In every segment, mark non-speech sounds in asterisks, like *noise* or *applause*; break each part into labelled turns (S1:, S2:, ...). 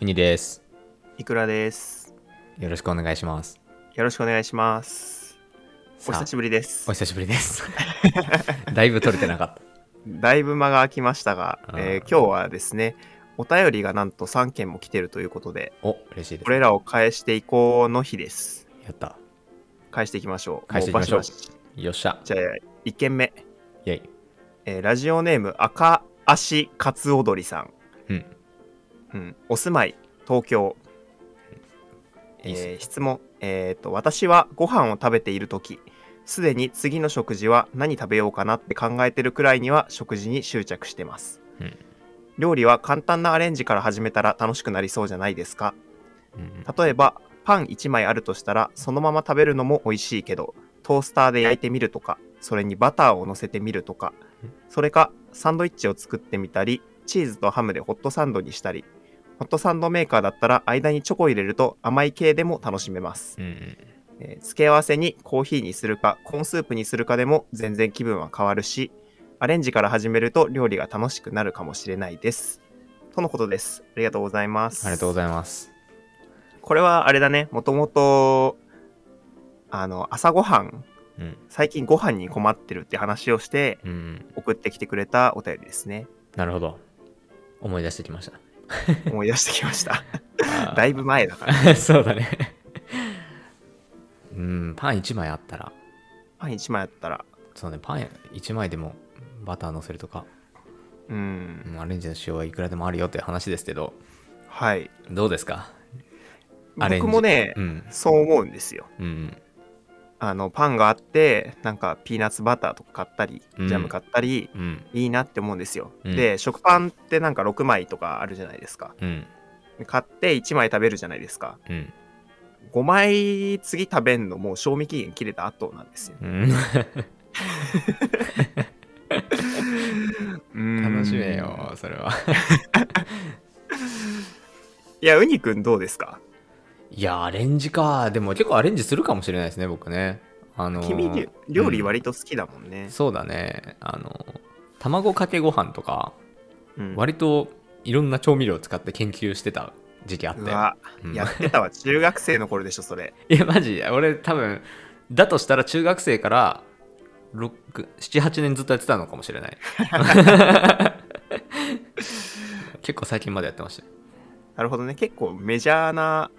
S1: ウニです。
S2: いくらです。
S1: よろしくお願いします。
S2: よろしくお願いします。お
S1: さあ
S2: 久しぶりです
S1: お。久しぶり
S2: *laughs*
S1: です。だいぶ取れてなかっ
S2: だいぶ間が空きましたが
S1: あ、ー
S2: えー今日はですね、お便りがなんと3件も来てるということで、
S1: た。お、嬉しいです。
S2: これらを返していこうの日です。
S1: やった。
S2: 返していきましょう。
S1: 返していきましょう
S2: もバシバシ
S1: よっしゃ。
S2: じゃあ、1件目、
S1: イェイ。
S2: えーラジオネーム赤足カツオドリさん。
S1: うん。
S2: うん、お住まい、東京。
S1: いいっすね
S2: えー質問、えーと。私はご飯を食べているとき、すでに次の食事は何食べようかなって考えてるくらいには食事に執着してます。
S1: うん
S2: 料理は簡単なアレンジから始めたら楽しくなりそうじゃないですか。
S1: うんうん
S2: 例えば、パン1枚あるとしたら、そのまま食べるのも美味しいけど、トースターで焼いてみるとか、それにバターを乗せてみるとか
S1: うん、
S2: それか、サンドイッチを作ってみたり、チーズとハムでホットサンドにしたり、ホットサンドメーカーだったら間にチョコ入れると甘い系でも楽しめます。
S1: うんうん。
S2: えー付け合わせにコーヒーにするか、コーンスープにするかでも全然気分は変わるし、アレンジから始めると料理が楽しくなるかもしれないです。とのことです。ありがとうございます。
S1: ありがとうございます。
S2: これはあれだね、もともと、あの、朝ごはん、
S1: うん。
S2: 最近ご飯に困ってるって話をして、
S1: うんうん。
S2: 送ってきてくれたお便りです
S1: *laughs*
S2: ね。
S1: なるほど。思い出してきまし
S2: 思い出してきました。
S1: た。
S2: *laughs* だいぶ前だから。
S1: ぶ。 *laughs* そうだね。 *laughs* うん、パン1枚あったら、
S2: パン1枚あったら、
S1: そうね、パン1枚でもバター乗せるとか、
S2: う、
S1: うんんアレンジの仕様はいくらでもあるよって話ですけど、
S2: はい。
S1: どうですかアレンジ
S2: 僕もね、
S1: うん。
S2: そう思うんですよ。
S1: うんうん。
S2: あの、パンがあって、なんかピーナッツバターとか買ったり、
S1: うん
S2: ジャム買ったり、
S1: うん。
S2: いいなって思うんですよ。
S1: うん
S2: で、食パンってなんか6枚とかあるじゃないですか。
S1: うん。
S2: で買って1枚食べるじゃないですか。
S1: うん。
S2: 5枚次食べんのもう賞味期限切れた後なんですよ。
S1: うん楽
S2: 楽
S1: しめよそれは
S2: いやウニくんどうですか
S1: いやアレンジかでも結構アレンジするかもしれないですね僕ねあのー
S2: 君り料理
S1: うん
S2: 割と好きだもんね、
S1: そうだねあのー卵かけご飯とか
S2: うん
S1: 割といろんな調味料を使って研究してた時期あって
S2: うわ
S1: うん
S2: やってたわ中学生の頃でしょそれ
S1: いやマジ俺多分だとしたら中学生から78年ずっとやってたのかもしれない
S2: *laughs*
S1: 結構最近までやってました
S2: なるほどね結構メジャーな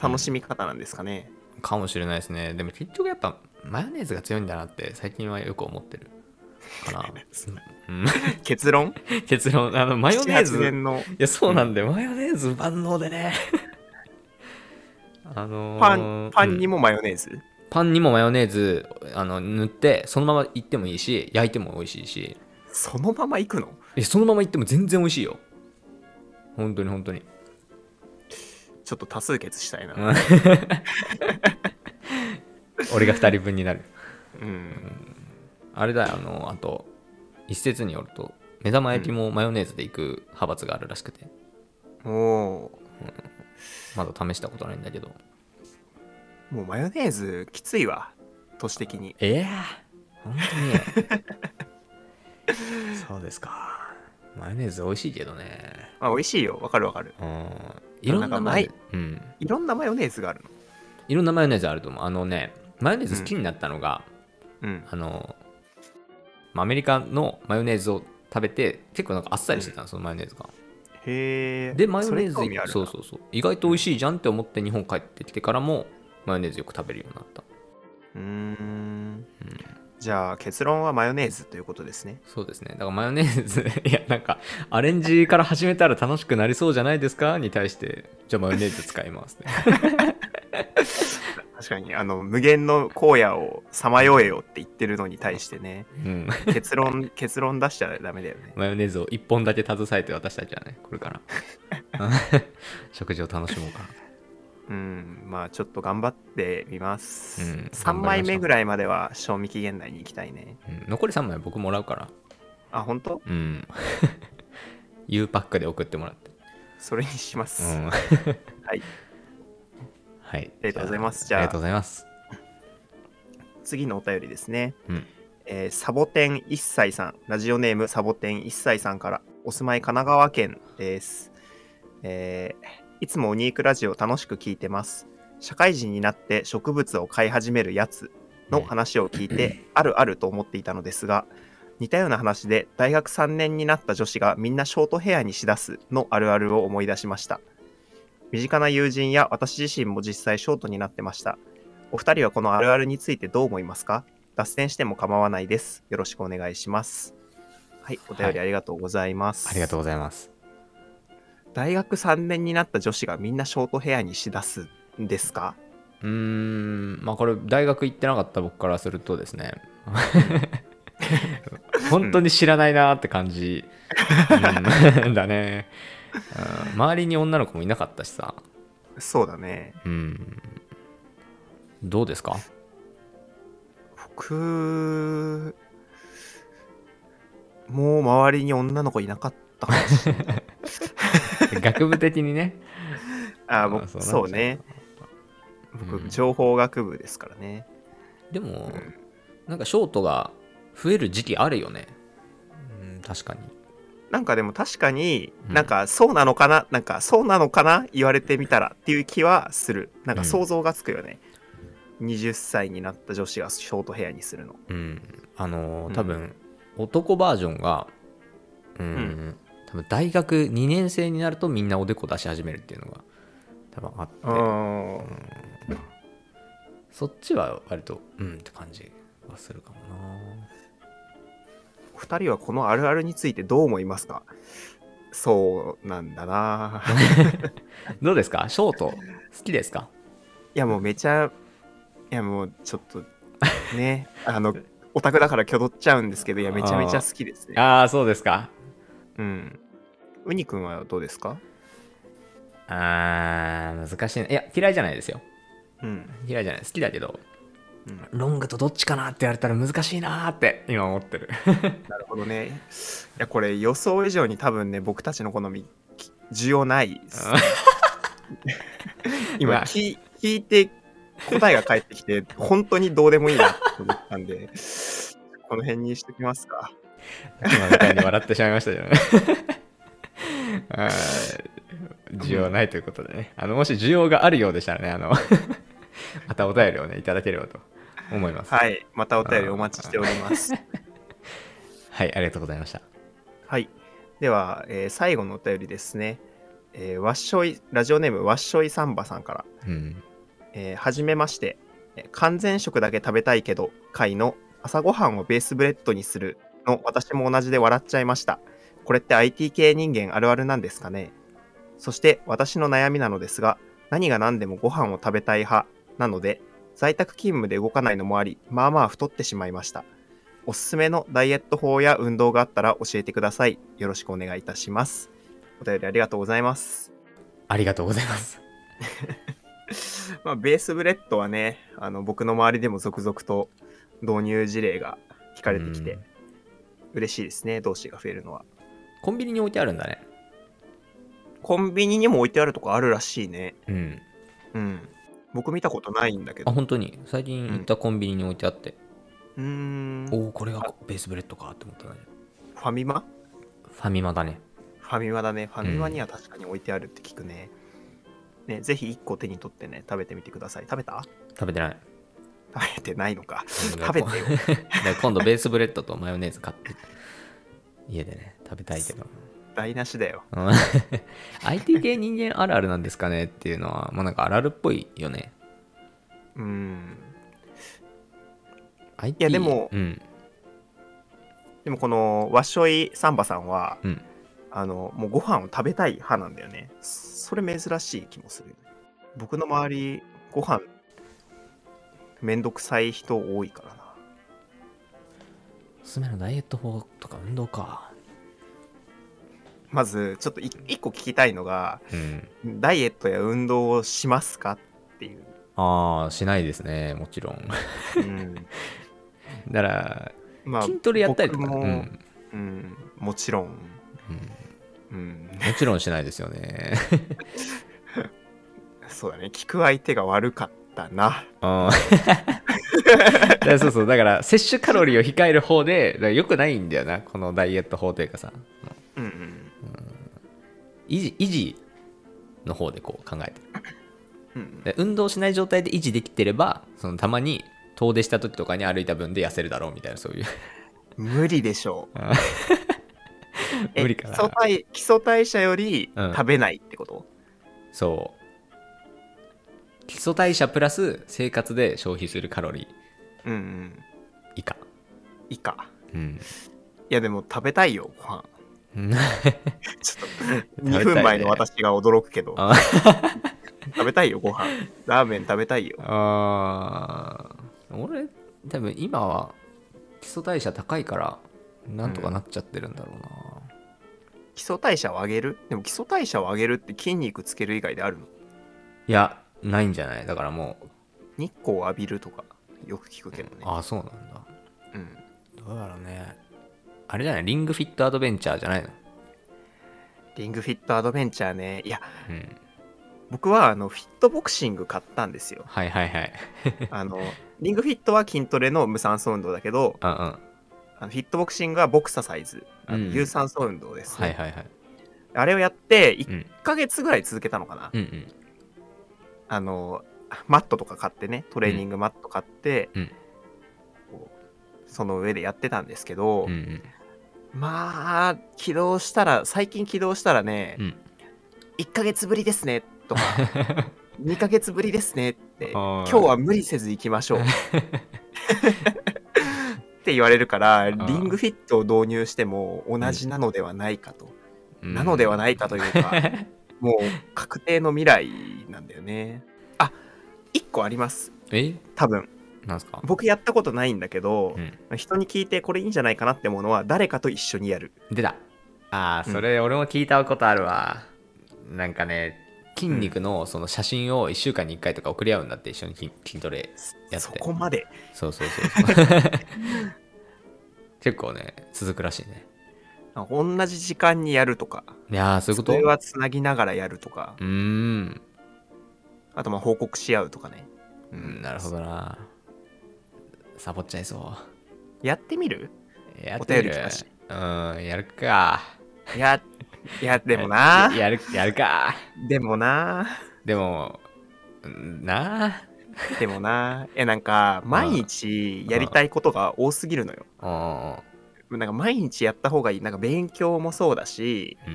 S2: 楽しみ方なんですかね、
S1: かもしれないですねでも結局やっぱマヨネーズが強いんだなって最近はよく思ってるかな、うん *laughs*
S2: 結論
S1: 結論あのマヨネー
S2: 78
S1: ズ
S2: 年の
S1: いやそうなんで、マヨネーズ万能でね *laughs* あのー
S2: パンパンに
S1: も、
S2: もマヨネーズ、
S1: うんパンにもマヨネーズあの塗ってそのままいってもいいし焼いても美味しいし
S2: そのままいくの
S1: いやそのままいっても全然美味しいよ本当に本当に
S2: ちょっと多数決したいな、
S1: うん俺が2人分に
S2: *laughs*
S1: なる
S2: うん、
S1: あれだよあのあと一説によると目玉焼きもマヨネーズでいく派閥があるらしくて、
S2: も
S1: まだ試したことないんだけど
S2: うもうマヨネーズきついわ年的に
S1: ええ本当に *laughs* そうですかマヨネーズ美味しいけどね
S2: まあ美味しいよわかるわかる
S1: うんいろんなマヨネーズうん
S2: いろんなマヨネーズがあるの
S1: いろんなマヨネーズあると思うあのねマヨネーズ好きになったのが、
S2: うん
S1: あのまあアメリカのマヨネーズを食べて結構なんかあっさりしてたの、そのマヨネーズが
S2: へえ
S1: でマヨネーズ
S2: それ興味あるな
S1: そうそうそう意外と美味しいじゃんって思って日本帰ってきてからもマヨネーズよく食べるようになった、
S2: うーん
S1: うん
S2: じゃあ結論はマヨネーズということですね。
S1: そうですねだからマヨネーズ *laughs* いやなんかアレンジから始めたら楽しくなりそうじゃないですかに対してじゃあマヨネーズ使います *laughs* ね
S2: 確かにあの無限の荒野をさまよえよって言ってるのに対して
S1: *laughs*
S2: ね
S1: うん
S2: 結論結論出しちゃダメだよね。
S1: マヨネーズを1本だけ携えて私たちはねこれからうん *laughs* 食事を楽しもうかな
S2: うんまあちょっと頑張ってみます。
S1: うん
S2: 3枚
S1: 頑張りましょ
S2: 目
S1: う
S2: ぐらいまでは賞味期限内に行きたいね。
S1: うん残り3枚僕もらうから
S2: あ本当
S1: うん *laughs* U パックで送ってもらって
S2: それにします。
S1: うん
S2: はい
S1: はい
S2: ありがとうございます
S1: じゃああ
S2: じゃあ
S1: りがとうございます
S2: 次のお便りですね。
S1: うん
S2: えーサボテン一歳さん、ラジオネームサボテン一歳さんから、お住まい神奈川県です。えーいつもオニークラジオ楽しく聞いてます。社会人になって植物を飼い始めるやつの話を聞いて、あるあると思っていたのですが、似たような話で大学3年になった女子がみんなショートヘアにしだすのあるあるを思い出しました。身近な友人や私自身も実際ショートになってました。お二人はこのあるあるについてどう思いますか脱線しても構わないです。よろしくお願いします。はい、お便りありがとうございます。
S1: ありがとうございます。
S2: 大学3年になった女子がみんなショートヘアにしだすんですか
S1: うーん、まあこれ大学行ってなかった僕からするとですね、本当に知らないなーって感じ、うん *laughs* だね、うん周りに女の子もいなかったしさ、
S2: そうだね
S1: うん、どうですか
S2: 僕もう周りに女の子いなかったかもしれない
S1: 学部的にね。
S2: あー
S1: *laughs* あ
S2: 僕
S1: そ
S2: そうう
S1: なんじゃない
S2: ね僕、
S1: うん
S2: 情報学部ですからね
S1: でも
S2: ん、
S1: なんかショートが増える時期あるよね。うん、確かに。
S2: なんかでも確かに
S1: うん
S2: なんかそうなのかな、なんかそうなのかな言われてみたらっていう気はするなん
S1: う
S2: か
S1: ん
S2: 想像がつくよね、20歳になった女子がショートヘアにするの
S1: うん、あの
S2: う
S1: ー
S2: ん
S1: 多分、男バージョンがうん、
S2: ん
S1: 多分大学2年生になるとみんなおでこ出し始めるっていうのが多分あ
S2: う
S1: って
S2: ん
S1: そっちは割とうんって感じはするかも *laughs* な
S2: 2人はこのあるあるについてどう思いますかそうなんだ
S1: *laughs*
S2: な
S1: どうですかショート好きですか
S2: いやもうめちゃいやもうちょっとねあのオタクだからきょどっちゃうんですけどいやめちゃめちゃ好きですね
S1: ああそうですか
S2: うんウニくんはどうですか
S1: あー難しいないや嫌いじゃないですよ
S2: うん、
S1: 嫌いじゃない好きだけど
S2: うん、
S1: ロングとどっちかなって言われたら難しいなーって今思 *laughs* ってる
S2: なるほどねいやこれ予想以上に多分ね僕たちの好みき需要ないです今
S1: まあ
S2: 聞い聞いて答えが返ってきて本当にどうでもいいなと思ったんでこの辺にしときますか
S1: 今みたいに笑ってしまいましたけどねあー需要ないということでねあのもし需要があるようでしたらねあの *laughs* またお便りをねいただければと思いますはい、
S2: はいまたお便りお待ちしております
S1: ありがとうございました
S2: はいでは、えー最後のお便りですね、えーわっしょいラジオネームわっしょいサンバさんから
S1: うん
S2: えーはじめまして、えー完全食だけ食べたいけど会の朝ごはんをベースブレッドにするの私も同じで笑っちゃいました。これって IT 系人間あるあるなんですかねそして私の悩みなのですが、何が何でもご飯を食べたい派なので、在宅勤務で動かないのもあり、まあまあ太ってしまいました。おすすめのダイエット法や運動があったら教えてください。よろしくお願いいたします。お便りありがとうございます。
S1: ありがとうございます
S2: まあ、ベースブレッドはね、あの僕の周りでも続々と導入事例が聞かれて
S1: う
S2: きて
S1: ん、
S2: 嬉しいですね、同士が増えるのは。
S1: コンビニに置いてあるんだね
S2: コンビニにも置いてあるとこあるらしいね。
S1: うん
S2: うん。僕見たことないんだけ
S1: あ
S2: ど。
S1: 本当に最近行ったコンビニに置いてあって、
S2: うーん。
S1: お
S2: フ
S1: おこれがベースブレッドかって思ったね
S2: ァミマ
S1: ファミマだね
S2: ファミマだね。ファミマには確かに置いてあるって聞くね。ね、ぜひ1個手に取ってね、食べてみてください。食べた
S1: 食べてない
S2: 食べてないのか。 *laughs* 食べてよ。
S1: で今度ベースブレッドとマヨネーズ買って家でね食べたいけど
S2: 台無しだよ。
S1: うん *laughs* IT 系人間あるあるなんですかねっていうのはもうなんかあるあるっぽいよね
S2: うん。
S1: IT
S2: いやでも
S1: うん
S2: でもこのわっしょいサンバさんは、
S1: うん
S2: あのもうご飯を食べたい派なんだよねそれ珍しい気もするよね僕の周りご飯めんどくさい人多いからな
S1: おすすめのダイエット法とか運動か
S2: まずちょっとい一個聞きたいのが
S1: うん
S2: ダイエットや運動をしますかっていう、
S1: ああしないですねもちろん
S2: うん、
S1: *laughs* だから
S2: ま
S1: 筋トレやったりとか、
S2: 僕も、
S1: う
S2: うんんもちろん、
S1: うん
S2: うん、 *laughs*
S1: もちろんしないですよね
S2: そうだね聞く相手が悪かったな
S1: あー *laughs* だからそうそうだから摂取カロリーを控える方でだから良くないんだよなこのダイエット法というかさ
S2: うんうん
S1: 維持維持の方でこう考えてる
S2: うん
S1: で運動しない状態で維持できてればそのたまに遠出した時とかに歩いた分で痩せるだろうみたいなそういう
S2: 無理でしょう。え
S1: 無理かな
S2: 基礎代基礎代謝より
S1: うん
S2: 食べないってこと、
S1: そう基礎代謝プラス生活で消費するカロリ
S2: うん、うん。
S1: ー以下
S2: 以下。
S1: うん *laughs*
S2: いや、でも食べたいよ、ご飯。ちょ *laughs*
S1: べ
S2: っと、
S1: たいね
S2: 2分前の私が驚くけど、
S1: あ
S2: *laughs* 食べたいよ、ご飯。ラーメン食べたいよ。
S1: あー俺多分今は基礎代謝高いからなんとかなっちゃってるんだろうな、
S2: 基礎代謝を上げるでも基礎代謝を上げるって筋肉つける以外であるの
S1: いやないんじゃないだからもう
S2: 日光を浴びるとか、よく聞くけどね。
S1: ああそうなんだ
S2: うん。
S1: どうだろうねあれじゃないリングフィットアドベンチャーじゃないの
S2: リングフィットアドベンチャーね。いや、
S1: うん。
S2: 僕はあのフィットボクシング買ったんですよ
S1: はいはいはい
S2: あのリングフィットは筋トレの無酸素運動だけど、
S1: うんうんは
S2: あのフィットボクシングはボクササイズ、あの
S1: うん
S2: 有酸素運動です、
S1: いはいはい
S2: あれをやって
S1: う
S2: 1
S1: ん
S2: ヶ月ぐらい続けたのかな。
S1: うんうん
S2: あのマットとか買ってね、トレーニングマット買って、
S1: うん
S2: こうその上でやってたんですけど、
S1: うんうん
S2: まあ、起動したら、最近起動したらね、
S1: うん
S2: 1ヶ月ぶりですね
S1: *laughs*
S2: とか、2ヶ月ぶりですねって、
S1: あ
S2: 今
S1: ー
S2: 日は無理せず行きま
S1: *laughs*
S2: しょう。って言われるから、リ
S1: ー
S2: ングフィットを導入しても同じなのではないかと。
S1: うん
S2: なのではないかというか、
S1: *laughs*
S2: もう確定の未来なんだよね。あ、1個あります。
S1: え
S2: 多分。
S1: なんすか
S2: 僕やったことないんだけど
S1: う、ん
S2: 人に聞いてこれいいんじゃないかなってものは誰かと一緒にやる。
S1: 出たあーそれ俺も聞いたことあるわ、なんかね筋肉のその写真を1週間に1回とか送り合うんだって一緒に筋筋トレやって
S2: そこまで。
S1: そうそうそうそう *laughs* 結構ね続くらしいね
S2: 同じ時間にやるとか、
S1: いやーそういうこと
S2: それはつなぎながらやるとか、
S1: うーん
S2: あとまあ報告し合うとかね。
S1: うんなるほ
S2: ど。
S1: どなサボっちゃいそ
S2: やって
S1: *laughs*
S2: みる
S1: うやってみ
S2: お便り
S1: る
S2: 来たし
S1: うんやるか
S2: いや、いや、でもな
S1: や、やるやるか
S2: でもな
S1: でもうんなあ
S2: でもなえ、なんか、毎日やりたいことが多すぎるのよ。
S1: うん
S2: なんか、毎日やった方がいい。なんか、勉強もそうだし、
S1: うん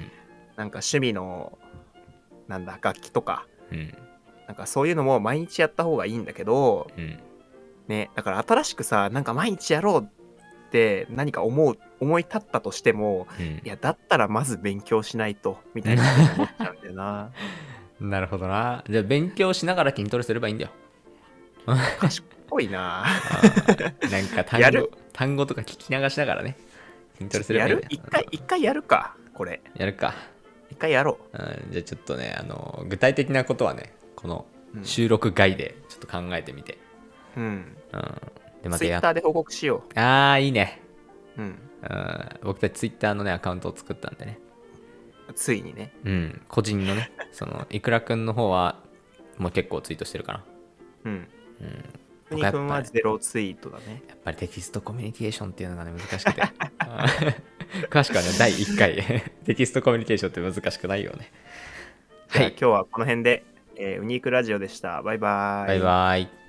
S2: なんか、趣味の、なんだ、楽器とか、
S1: うん
S2: なんか、そういうのも毎日やった方がいいんだけど、
S1: うん
S2: ね、だから新しくさ、なんか毎日やろうって何か思う、思い立ったとしても、
S1: うん
S2: いや、だったらまず勉強しないと、みたいなことに思っちゃうんだよな。
S1: なるほどな。じゃあ勉強しながら筋トレすればいいん
S2: *laughs*
S1: だよ。
S2: ぽいな。
S1: なんか単
S2: や
S1: 語
S2: る
S1: 単語とか聞き流しながらね。筋トレすれば
S2: や
S1: いいんだ
S2: る
S1: よ。
S2: 一回、一回やるか、これ。
S1: やるか、
S2: 一回やろ
S1: うん。じゃあちょっとね、あの具体的なことはね、この
S2: う。うん。
S1: 収録外でちょっと考えてみて。
S2: うん、
S1: うん、で、また
S2: ツイ
S1: や
S2: ッ
S1: っ
S2: ターで報告しよ
S1: ああ、いいね、
S2: う。うん。
S1: うん。僕たちツイッターのね、アカウントを作ったんでね。
S2: ついにね。
S1: うん、個人のね、 *laughs* その、いくらくんの方は、もう結構ツイートしてるかな。
S2: うん。
S1: うん、
S2: ふにくんはゼロツイートだね。
S1: やっぱりテキストコミュニケーションっていうのがね難しくてあ *laughs* ー詳しくはね第1回 *laughs* テキストコミュニケーションって難しくないよね
S2: じ
S1: は
S2: ゃあ
S1: い
S2: 今日はこの辺で、えーウニークラジオでした。バイバイ。
S1: バイバイ